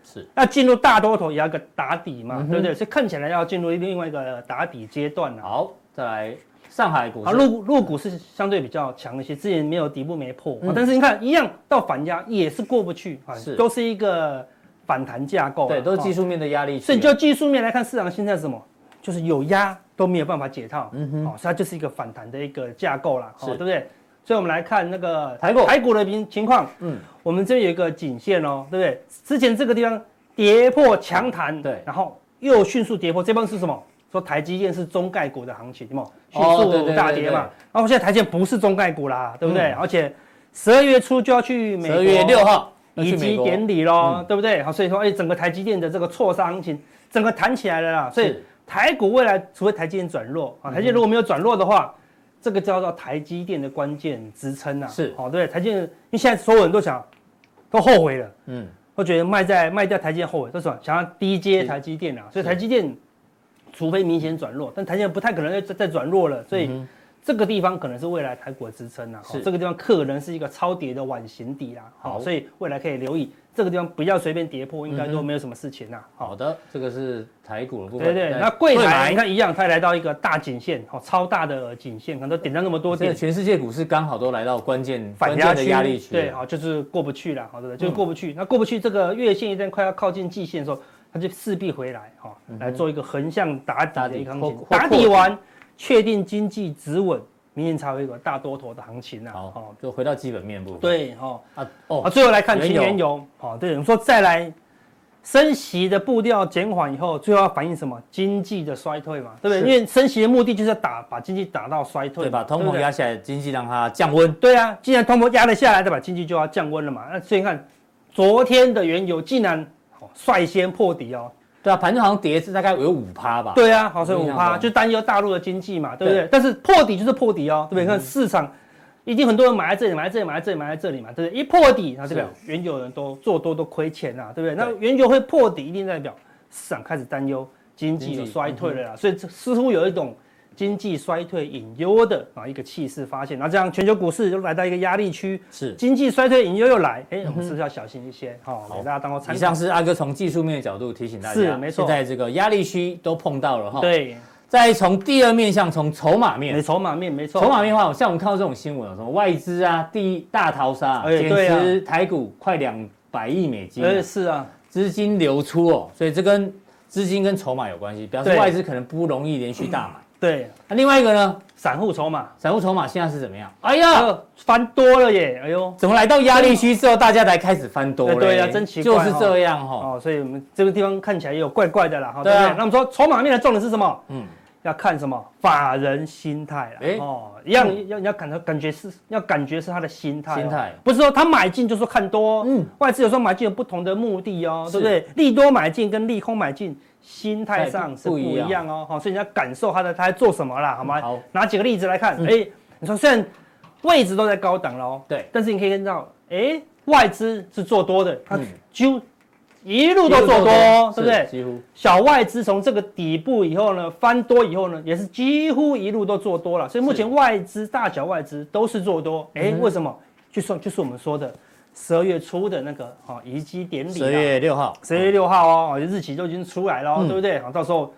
是
那进入大多头也要个打底嘛，
嗯哼
对不对？所以看起来要进入另外一个打底阶段啦。
好，再来上海股
好，
市，
入入股是相对比较强一些，之前没有底部没破，哦
嗯
但是你看一样到反压也是过不去啊，
是
都是一个反弹架构啊，
对，都是技
术、
术面的压力区啊，
所以你就技术面来看，市场现在是什么，就是有压都没有办法解套，
嗯
嗯
哼
哼，哦，所以它就是一个反弹的一个架构啦，
是
哦，对不对？所以我们来看那个
台股
台股的情情况，
嗯
嗯，我们这边有一个颈线哦，对不对？之前这个地方跌破强弹，
对
然后又迅速跌破，这帮是什么？说台积电是中概股的行情，有没有？迅
哦对对
速
对
大跌嘛
对。
然后现在台积电不是中概股啦，对不对？
嗯
而且十二月初就要去美
十
国，
二月六号要
以
去美
及
国，嗯
典礼喽，对不对？好，所以说，哎，整个台积电的这个错杀行情，整个弹起来了啦。所以
是嗯
台股未来，除非台积电转弱啊，台积电如果没有转弱的话，这个叫做台积电的关键支撑啊。
是
好，对，台积电，因为现在所有人都想，都后悔了，
嗯，
都觉得卖在卖掉台积电后悔，都想想要低阶台积电啊。所以台积电，除非明显转弱，但台积电不太可能再再转弱了，所以。
嗯
这个地方可能是未来台股的支撑啊，
是
哦这个地方可能是一个超跌的碗形底啦，
好
好，所以未来可以留意这个地方不要随便跌破，应该
嗯
都
哼
没有什么事情啦。
好
好，
的，这个是台股的部
对
分，
对，
再来
那柜台你看一样，它也来到一个大颈线，好，超大的颈线，可能都点到那么多
现在
点，
全世界股市刚好都来到关键
反
关
压
键的
区
压力区，嗯
对，，好，就是过不去了，好，对不对？就是过不去，那过不去这个月线一旦快要靠近季线的时候，它就势必回来，哈，来做一个横向打底的一个行情
嗯打
打
底或，或
底
扩
完确定经济止稳，明年才会有一个大多头的行情啊，哦
好，就回到基本面部分，
对，哈。
啊，
啊，
哦，
最后来看
原
新
油
原油，好、对，我们说再来升息的步调减缓以后，最后要反映什么？经济的衰退嘛，对不
是
对？因为升息的目的就是要打把经济打到衰退
对，
嘛，
把通
对
膨
不对
压下来，经济让它降温，
对啊，既然通膨压得下来，代表经济就要降温了嘛。那所以你看，昨天的原油竟然哦率先破底哦，
对啊，盘中好像跌是大概有五趴吧，
对啊，好，所以五
印象
趴
中
就担忧大陆的经济嘛，对不对？但是破底就是破底哦，对不对？
嗯
你看市场一定很多人买在这里，买在这里，买在这里，买在这里嘛，对不对？一破底，那代表原有人都做多都亏钱啦、对不对？那
对
原油会破底，一定代表市场开始担忧经济
经
有
济
衰退了啦，所以这似乎有一种经济衰退隐忧的啊一个气势发现，然后这样全球股市就来到一个压力区，
是。
经济衰退隐忧又来，哎，我们是不是要小心一些？好，
嗯好
给大家当做参
以
考
上。是阿哥从技术面的角度提醒大家，
是没错
现在这个压力区都碰到了哈。，
对，
再从第二面向，从筹码
没
面，
筹码面，没错，
筹码面的话，像我们看到这种新闻，什么外资啊，第一大逃杀啊，
哎
减
对啊
持台股快两百亿美金啊，
哎，是啊，
资金流出哦，所以这跟资金跟筹码有关系，表示
对
外资可能不容易连续大买。
对，
那、另外一个呢，
散户筹码
散户筹码现在是怎么样？哎呀，
呃翻多了耶，哎呦，
怎么来到压力区之后，大家才开始翻多
哎
嘞？
对呀真奇怪
就
哦
是这样哈、哦。
哦，所以我们这个地方看起来也有怪怪的啦，哈，
对
对
啊
不对？那我们说筹码面的重点是什么？
嗯，
要看什么法人心态啦。
诶
哦，一样
嗯
要你要感觉感觉是要感觉是他的心态哦、
心态
不是说他买进就说看多、
嗯
嗯，外资有时候买进有不同的目的哦，对
是
不对？利多买进跟利空买进心态
哎
上是
不
不
一
一
样嗯
样哦，好、所以你要感受他的他在做什么啦，好吗？
好
拿几个例子来看，
嗯
哎、你说虽然位置都在高档喽，
对，
但是你可以看到，哎，外资是做多的，它
嗯
几乎一路都做多哦，对不对
是？几乎
小外资从这个底部以后呢，翻多以后呢，也是几乎一路都做多了，所以目前外资大小外资都是做多。哎、
嗯哼
为什么？就算就是我们说的十二月初的那个哈、哦、移机典礼
十
啦，
月六号，
十月六号哦，哦日期就已经出来了哦、
嗯
对不对？好，到时候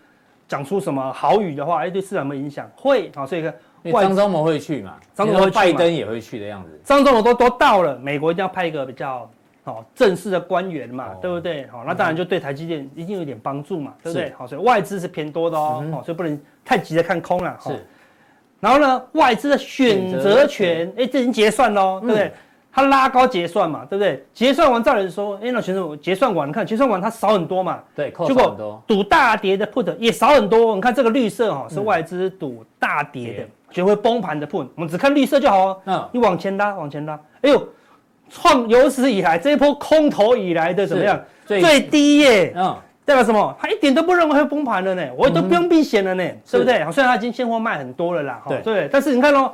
讲出什么好语的话，哎，对市场有没有影响？会好，所以看
因为
外
张忠谋会去嘛，
张忠谋
然后
会去嘛
拜登也会去的样子。
张总统都都到了，美国一定要派一个比较好、正式的官员嘛，
哦
对不对？好、那当然就对台积电一定有点帮助嘛，对不对
是？
好、所以外资是偏多的哦，
嗯哼
好、所以不能太急着看空了。好
是，
然后呢，外资的选择权，哎，这已经结算喽，对
嗯
不对？它拉高结算嘛，对不对？结算完，照理说，哎，那选手结算完，你看结算完它少很多嘛，
对，扣
结
少很
果
多，
赌大跌的 put 也少很多。你看这个绿色哈、哦，是
嗯
外资赌大跌的
跌，
学会崩盘的 put，我们只看绿色就好哦。
嗯，
你往前拉，往前拉，哎呦，创有史以来这一波空头以来的怎么样？
最
最低耶、
嗯
代表什么？他一点都不认为会崩盘了呢，我都不用避险了呢，对不对？虽然他已经现货卖很多了啦，哈
对
对不对，但是你看哦，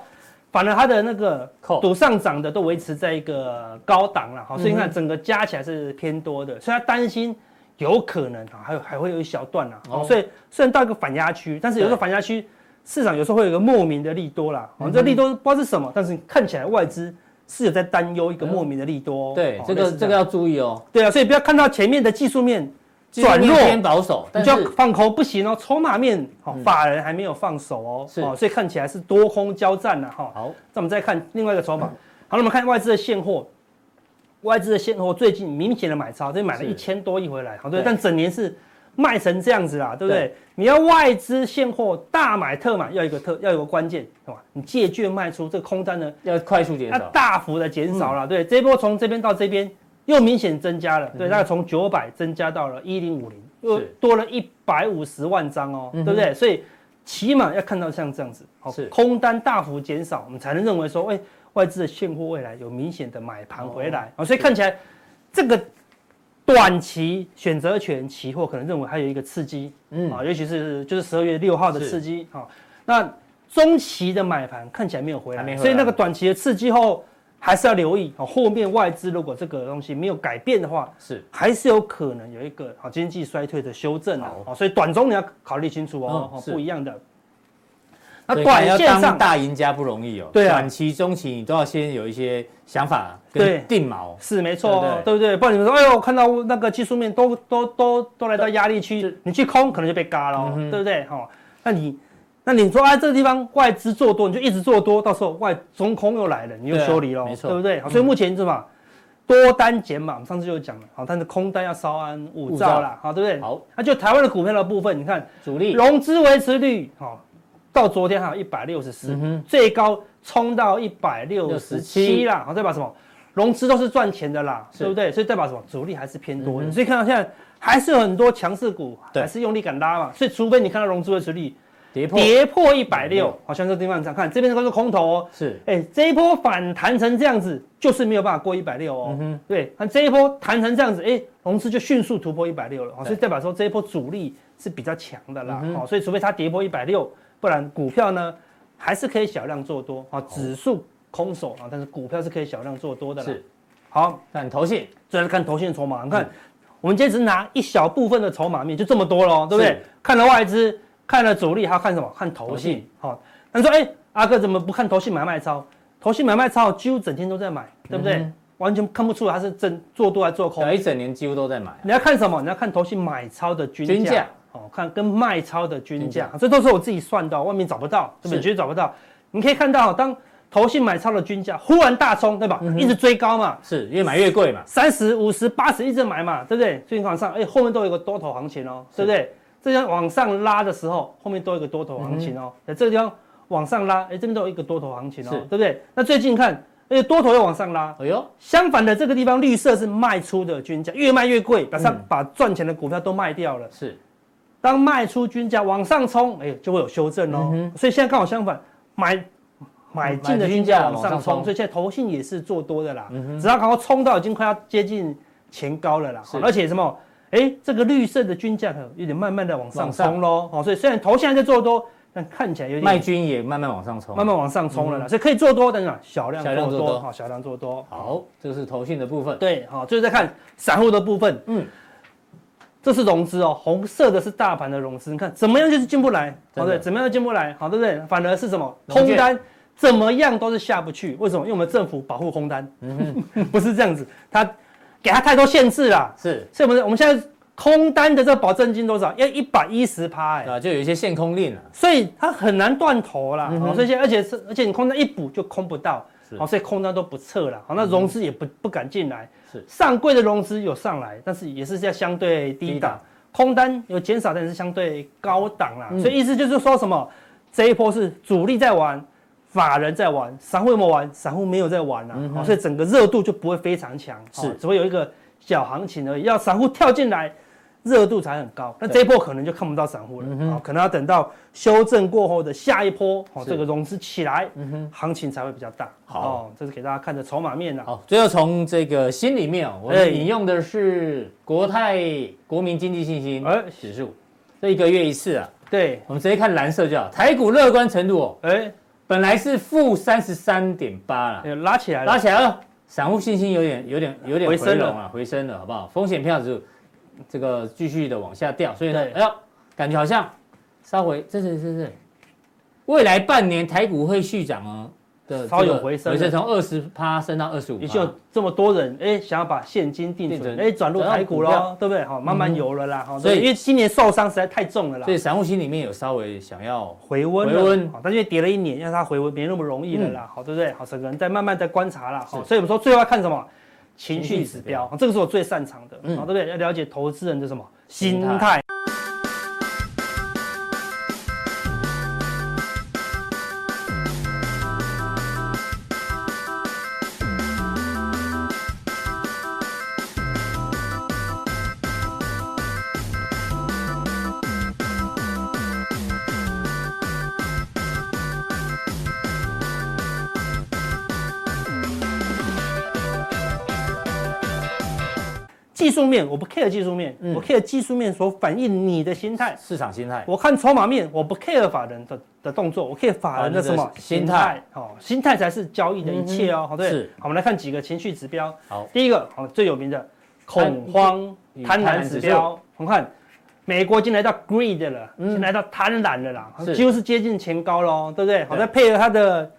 反而他的那个
扣
赌上涨的都维持在一个高档了，好，所以你
嗯
看
哼
整个加起来是偏多的，所以他担心有可能啊，还有还会有一小段啦，
哦
哦，所以虽然到一个反压区，但是有时候
对
反压区市场有时候会有一个莫名的利多啦，
嗯
哦
哼，
这利多不知道是什么，但是看起来外资是有在担忧一个莫名的利多哦，
对
哦，
这
类
个
似
这
样
个要注意哦，
对啊，所以不要看到前面的技术面转
技术
弱
面。偏保守，
你
但
就要
是
放空不行哦，筹码面哦
嗯，
法人还没有放手哦，
是
哦，所以看起来是多空交战了哈。
好，
那我们再看另外一个筹码，好，那我们看外资的现货，外资的现货最近明显的买超，这买了
是
一千多亿回来，哦好对
对
不对，但整年是卖成这样子啦，对不对？
对
你要外资现货大买特买，要一个特要有个关键，懂吧？你借券卖出这个空单呢，
要快速减
它
少，嗯
大幅的减少了，对，这一波从这边到这边又明显增加了，对，大概从九百增加到了一零五零，又
嗯是
多了一百五十万张哦，
嗯
对
哼
不对？所以起码要看到像这样子，好
是，
空单大幅减少，我们才能认为说，哎，外资的现货未来有明显的买盘回来，哦，所以看起来这个短期选择权期货可能认为还有一个刺激，
嗯，
啊，尤其是就是十二月六号的
是
刺激啊、那中期的买盘看起来没有回
还
来，
没回来
所以那个短期的刺激后还是要留意啊、后面外资如果这个东西没有改变的话，
是
还是有可能有一个啊、经济衰退的修正啊、
好
哦所以短中你要考虑清楚哦，
嗯
哦
是
不一样的。那
对
短线
要当
上
大赢家不容易哦，
对啊
短期、中期你都要先有一些想法
对
跟定锚，
是没错哦，对不
对
对？不然你们说，哎呦，我看到那个技术面都都都都来到压力区，你去空可能就被嘎了哦
嗯，哼
对不对？哈，那你那你说啊，这个地方外资做多，你就一直做多，到时候外中空又来了，你又
对啊
修理喽
没，错
对不对？好所以目前是吧，多单减码，我们上次就讲了，好，但是空单要稍安勿躁啦，好，对不对？
好，
那就台湾的股票的部分，你看
主力，
融资维持率，好，到昨天还有一百六十四
嗯，哼，
最高冲到一百六十七啦，哦好，代表什么？融资都是赚钱的啦，
是
对不对？所以代表什么？主力还是偏多
嗯
的，
哼
所以看到现在还是有很多强势股，
对
还是用力敢拉嘛。所以除非你看到融资维持率
跌破
跌破一百
160
六，好像这地方上看，这边都是空头哦。
是，
哎，这一波反弹成这样子，就是没有办法过一百六哦
嗯。哼，
对，那这一波弹成这样子，哎，融资就迅速突破一百六了，哦
对
所以代表说这一波主力是比较强的啦
嗯，哼
哦，所以除非它跌破一百六，不然股票呢还是可以小量做多，哦，指数空手啊，但是股票是可以小量做多的啦。
是，
好，
看投信，
再来看头线筹码，你
嗯
看我们今天只拿一小部分的筹码面，就这么多喽，对不
是
对？看了外资，看了主力，还要看什么？看
投
头
信
信。好，那你说，哎，阿哥怎么不看投信买卖超？投信买卖超几乎整天都在买，对不对？
嗯哼
完全看不出来它是真做多还是做空。
对，一整年几乎都在买，
你要看什么？你要看投信买超的均价，
均价
哦，看跟卖超的均
均价
价，这都是我自己算的哦，外面找不到，对不对？
是
绝对找不到。你可以看到，当投信买超的均价忽然大冲，对吧？
嗯哼
一直追高嘛，
是越买越贵嘛，
三十五十八十一直买嘛，对不对？最近往上，哎、后面都有一个多头行情哦，对不对？这样往上拉的时候，后面都有一个多头行情哦。哎、这个地方往上拉，哎、这边都有一个多头行情哦，
嗯是
对不对？那最近看，而且多头又往上拉，
哎呦，
相反的这个地方绿色是卖出的均价，越卖越贵，把上
嗯
把赚钱的股票都卖掉了。
是
当卖出均价往上冲，哎、就会有修正哦。
嗯哼
所以现在刚好相反，买买进的均价往上冲，所以现在投信也是做多的啦。
嗯哼
只要刚好冲到已经快要接近前高了啦，
是
好而且什么？哎、这个绿色的均价可能有点慢慢的往上
往上
冲喽。哦，所以虽然头现在在做多，但看起来有点
卖均也慢慢往上冲，
慢慢往上冲了啦。所以可以做多，但是啊小量
小量
做
做
多，
多
好、小量做多。
好，这是投信的部分，
对，好、就是在看散户的部分。
嗯，
这是融资哦，红色的是大盘的融资，你看怎么样就是进不来，好
真的
对，怎么样就进不来，好对不对？反而是什么
融券
空单怎么样都是下不去，为什么？因为我们政府保护空 单，
嗯
不是这样子，他给他太多限制啦，
是
所以我们我们现在空单的这个保证金多少？要一百一十趴 哎，
啊，就有一些限空令啊，
所以它很难断头啦，
嗯
好
哼
所以现在而且是而且你空单一补就空不到哦
是，嗯
好，所以空单都不撤了，好，那融资也不不敢进来，
是
上柜的融资有上来，但是也是在相对低
低
档
档，
空单有减少，但是相对高档啦，
嗯
所以意思就是说什么，这一波是主力在玩。法人在玩，散户有没有玩？散户没有在玩啦、
嗯哼
好所以整个热度就不会非常强，哦
是
好只会有一个小行情而已。要散户跳进来，热度才很高。那
对
这一波可能就看不到散户了，
嗯
啊、
哼
可能要等到修正过后的下一波，哦，
是
这个融资起来，
嗯哼。
行情才会比较大。
好
哦，这是给大家看的筹码面啊啦。
好，最后从这个心里面哦，我
哎
们引用的是国泰国民经济信心
哎
指数，这一个月一次啊，
对，
我们直接看蓝色就好。台股乐观程度哦，
哎、
本来是负三十三点八啦，
哎拉起来
拉
了，
起来了，散户信心有点有点有点
回
回
升
升
了
了，回升了，好不好？风险票指数这个继续的往下掉，所以呢，
对
哎呦，感觉好像稍微，这是这是，未来半年台股会续涨哦的这个
稍有回升了
回升从二十趴升到二十五，
已经有这么多人哎、想要把现金定
定
存
存
哎转、入
转到
台股
股票嗯
喽，对不对？好、慢慢有了啦。好、哦
所以
对因为今年受伤实在太重了啦
所，以散户心里面有稍微想要，
回温了
回温嗯
好但是因为跌了一年，让它回温没那么容易了啦，好，对不对？好，整个人在慢慢在观察啦，好，
是
所以我们说最后要看什么？情
情
绪
绪
指
指
标
标，
好这个是我最擅长的，
嗯
好，对不对？要了解投资人的什么
心
心
态
态。技术面我不 care 技术面，
嗯
我 care 技术面所反映你的心态。
市场心态
我看筹码面，我不 care 法人的的动作，我 care 法人的什么
法人的心态？嗯
哦，心态才是交易的一切哦，好对。
是
好，我们来看几个情绪指标。
好，哎
第一个，好最有名的恐慌
与
贪婪
贪婪
指
指
标，我们看美国已经来到 greed 了，
嗯
已经来到贪婪了啦，
是
几乎是接近前高喽，对不对？好，
对
再配合它的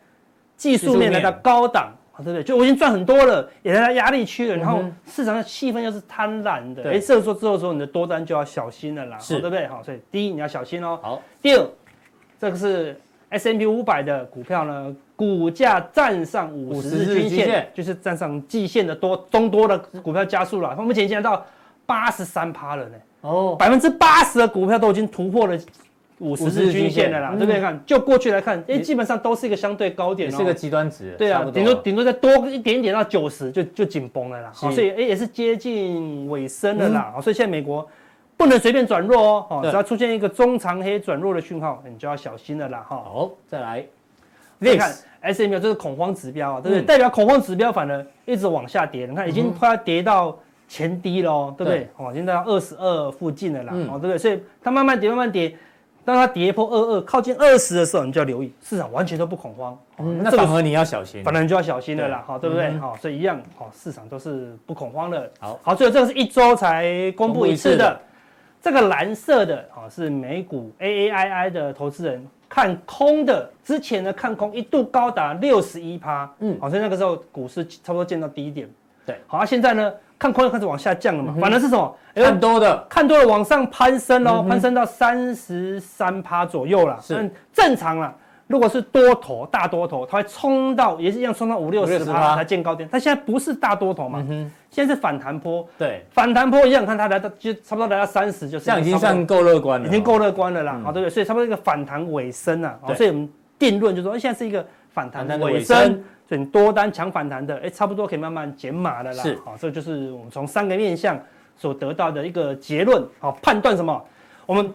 技术面
技术
来
面
到高档。好对不对？就我已经赚很多了，也来到压力区了，然后
嗯哼
市场的气氛又是贪婪的，
对
哎，这个时候之后说你的多单就要小心了啦，
是
好对不对？好，所以第一你要小心哦。
好，
第二，这个是 S M P 五百的股票呢，股价站上五十
50
日均
日均
线
线，
就是站上季线的多中多的股票加速了。我们前现在到八十三趴了呢，
哦，
百分之八十的股票都已经突破了。五十
50
日均线了啦，
嗯
对不对？看就过去来看，哎，
也
基本上都是一个相对高点
也
哦，
是个极端值，
对
差
啊
不，
顶多顶多再多一点点到九十就就紧绷了啦，
是嗯
好，所以哎也是接近尾声了啦，好所以现在美国不能随便转弱哦，哦，
对
只要出现一个中长黑转弱的讯号，你就要小心了啦，哈。
好，再来
你看
VIX
S M 这是恐慌指标啊，对不对？
嗯
代表恐慌指标反而一直往下跌，你看已经
嗯哼
快要跌到前低喽，对不对？哦，已经到二十二附近了啦，
嗯
哦，对不对？所以它慢慢跌，慢慢跌。当它跌破二二，靠近二十的时候，你就要留意，市场完全都不恐慌。哦
嗯，那
这个
反而你要小心，
反正就要小心了啦，
对
好，对不对？
嗯
好，所以一样，好，市场都是不恐慌的。
好，
好，最后这个是一周才公布一次
公布一次
的
的，
这个蓝色的，好是美股 AAII 的投资人看空的，之前呢看空一度高达六十一趴，嗯
嗯，
好，所以那个时候股市差不多见到低点，
对，嗯
好，啊现在呢看空又开始往下降了嘛，反而是什么？哎呦
看多的
看多了往上攀升喽，
嗯哼
攀升到三十三趴左右啦。
是
嗯，正常啦。如果是多头大多头，它会冲到也是一样冲到五六十
50%
趴才见高点。它现在不是大多头嘛，
嗯哼，
现在是反弹坡，
对，
反弹坡一样，看它来到就差不多来到三十，就是
这样已经
差不多
算够乐观了，
已经够乐观了啦，哦
嗯
好、对不对？所以差不多一个反弹尾声啊，好
对
所以我们定论就是说，哎现在是一个反弹
反弹的尾
尾
声
声，所以你多单强反弹的，哎，差不多可以慢慢减码了啦。哦
是
好、这就是我们从三个面向所得到的一个结论，好、判断什么？我们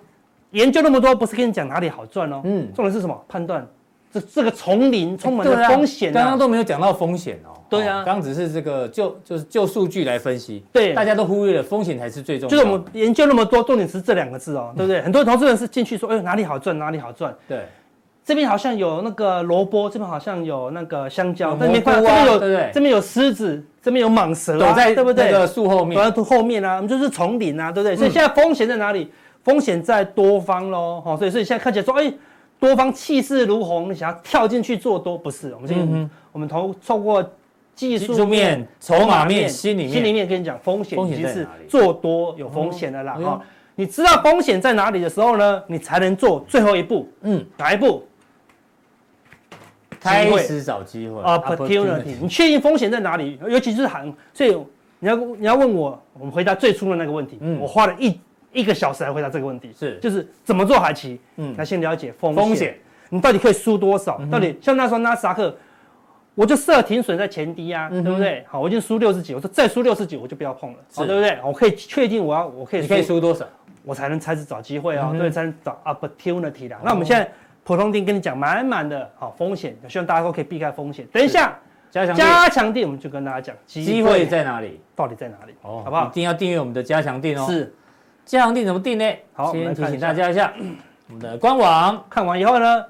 研究那么多，不是跟你讲哪里好赚哦，
嗯，
重点是什么？判断这这个丛林充满
对
了
啊
风险、啊
刚刚都没有讲到风险哦。
对啊
哦刚刚只是这个就就是就数据来分析，
对
大家都忽略了风险才是最重要
就
的。
是我们研究那么多，重点是这两个字哦，对不对？很多投资人是进去说，哎呦，哪里好赚，哪里好赚。
对
这边好像有那个萝卜，这边好像有那个香蕉，
有
那边
蘑
看
菇
这
啊
边有
对不对
这边有狮子，这边有蟒蛇、啊，
躲在
对不
那
对？
个树后面，
躲在后面啊，我们就是丛林啊，对不对？所以
嗯
现在风险在哪里？风险在多方喽，哦，所以所以现在看起来说，哎、多方气势如虹，你想要跳进去做多，不是？我们先、
嗯哼
我们投透过技
技
术
术
面。
面、筹码面、心里
心里
面，
面跟你讲，风险
风
已
险
经
在
是
哪里
做多有风险的啦
哦
哈、
哎呦
哦你知道风险在哪里的时候呢，你才能做最后一步，
嗯，
哪一步？
开始找机会
哦 opportunity，你确定风险在哪里？尤其是韩，所以你要你要问我，我们回答最初的那个问题，
嗯
我花了一一个小时来回答这个问题，
是
就是怎么做海奇，
嗯
那先了解风险，
风险，嗯
你到底可以输多少？
哼
到底像那时候纳斯达克，我就设停损在前低啊，
嗯哼
对不对？好，我已经输六十几，我说再输六十几我就不要碰了，好，
是
对不对？好我可以确定我要我可以
你可以
输，
输多少？
我才能开始找机会
嗯
哦，
哼
对，才能找 opportunity 啦
哦。
那我们现在。普通店跟你讲满满的好风险，希望大家都可以避开风险。等一下，
加强店
加强地，我们就跟大家讲
机会在哪里？
到底在哪里，
哦，
好不好
一？定要订阅我们的加强店哦。
是，
加强店怎么订呢？
好我们
先
来
提
看
醒
一下
大家一下，我们的官网。
看完以后呢，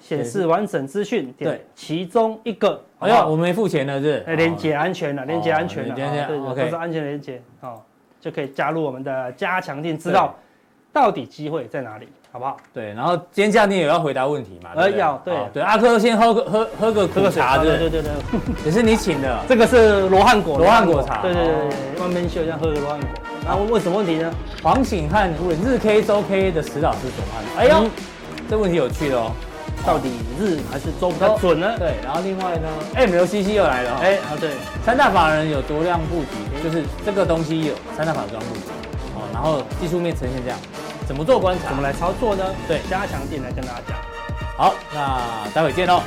显
显
示完整资讯，点
对
其中一个，好不
哎呦，
好？
我们没付钱的是？哦
哎，连接安全了，连接安全了，
连接
哦对的，
OK
都是安全连接，哦，就可以加入我们的加强店，知道到底机会在哪里，好不好？
对，然后今天嘉定也要回答问题嘛？
呃
对不对
要对
好对，阿珂先喝个喝喝个苦茶，
对
对
对对对，
不对，也是你请的，
这个是罗汉果，
罗汉果茶
对对对
哦
对，慢慢秀一下，喝个罗汉果。然后问什么问题呢？
黄醒汉问日 K 周 K 的石老师怎么看？哎呦
嗯，
这问题有趣哦。
到底日还是周比较准呢？
对，然后另外呢，M 哎刘西西又来了哦，
哎，啊对，
三大法人有多量布局，就是这个东西有三大法人多量布局，哦，然后技术面呈现这样，怎么做观察？
怎么来操作呢？
对
加强店来跟大家讲。
好，那待会见喽。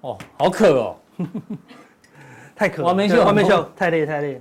哦，好渴哦。
太渴了，
完美秀
对完美秀，太累太累。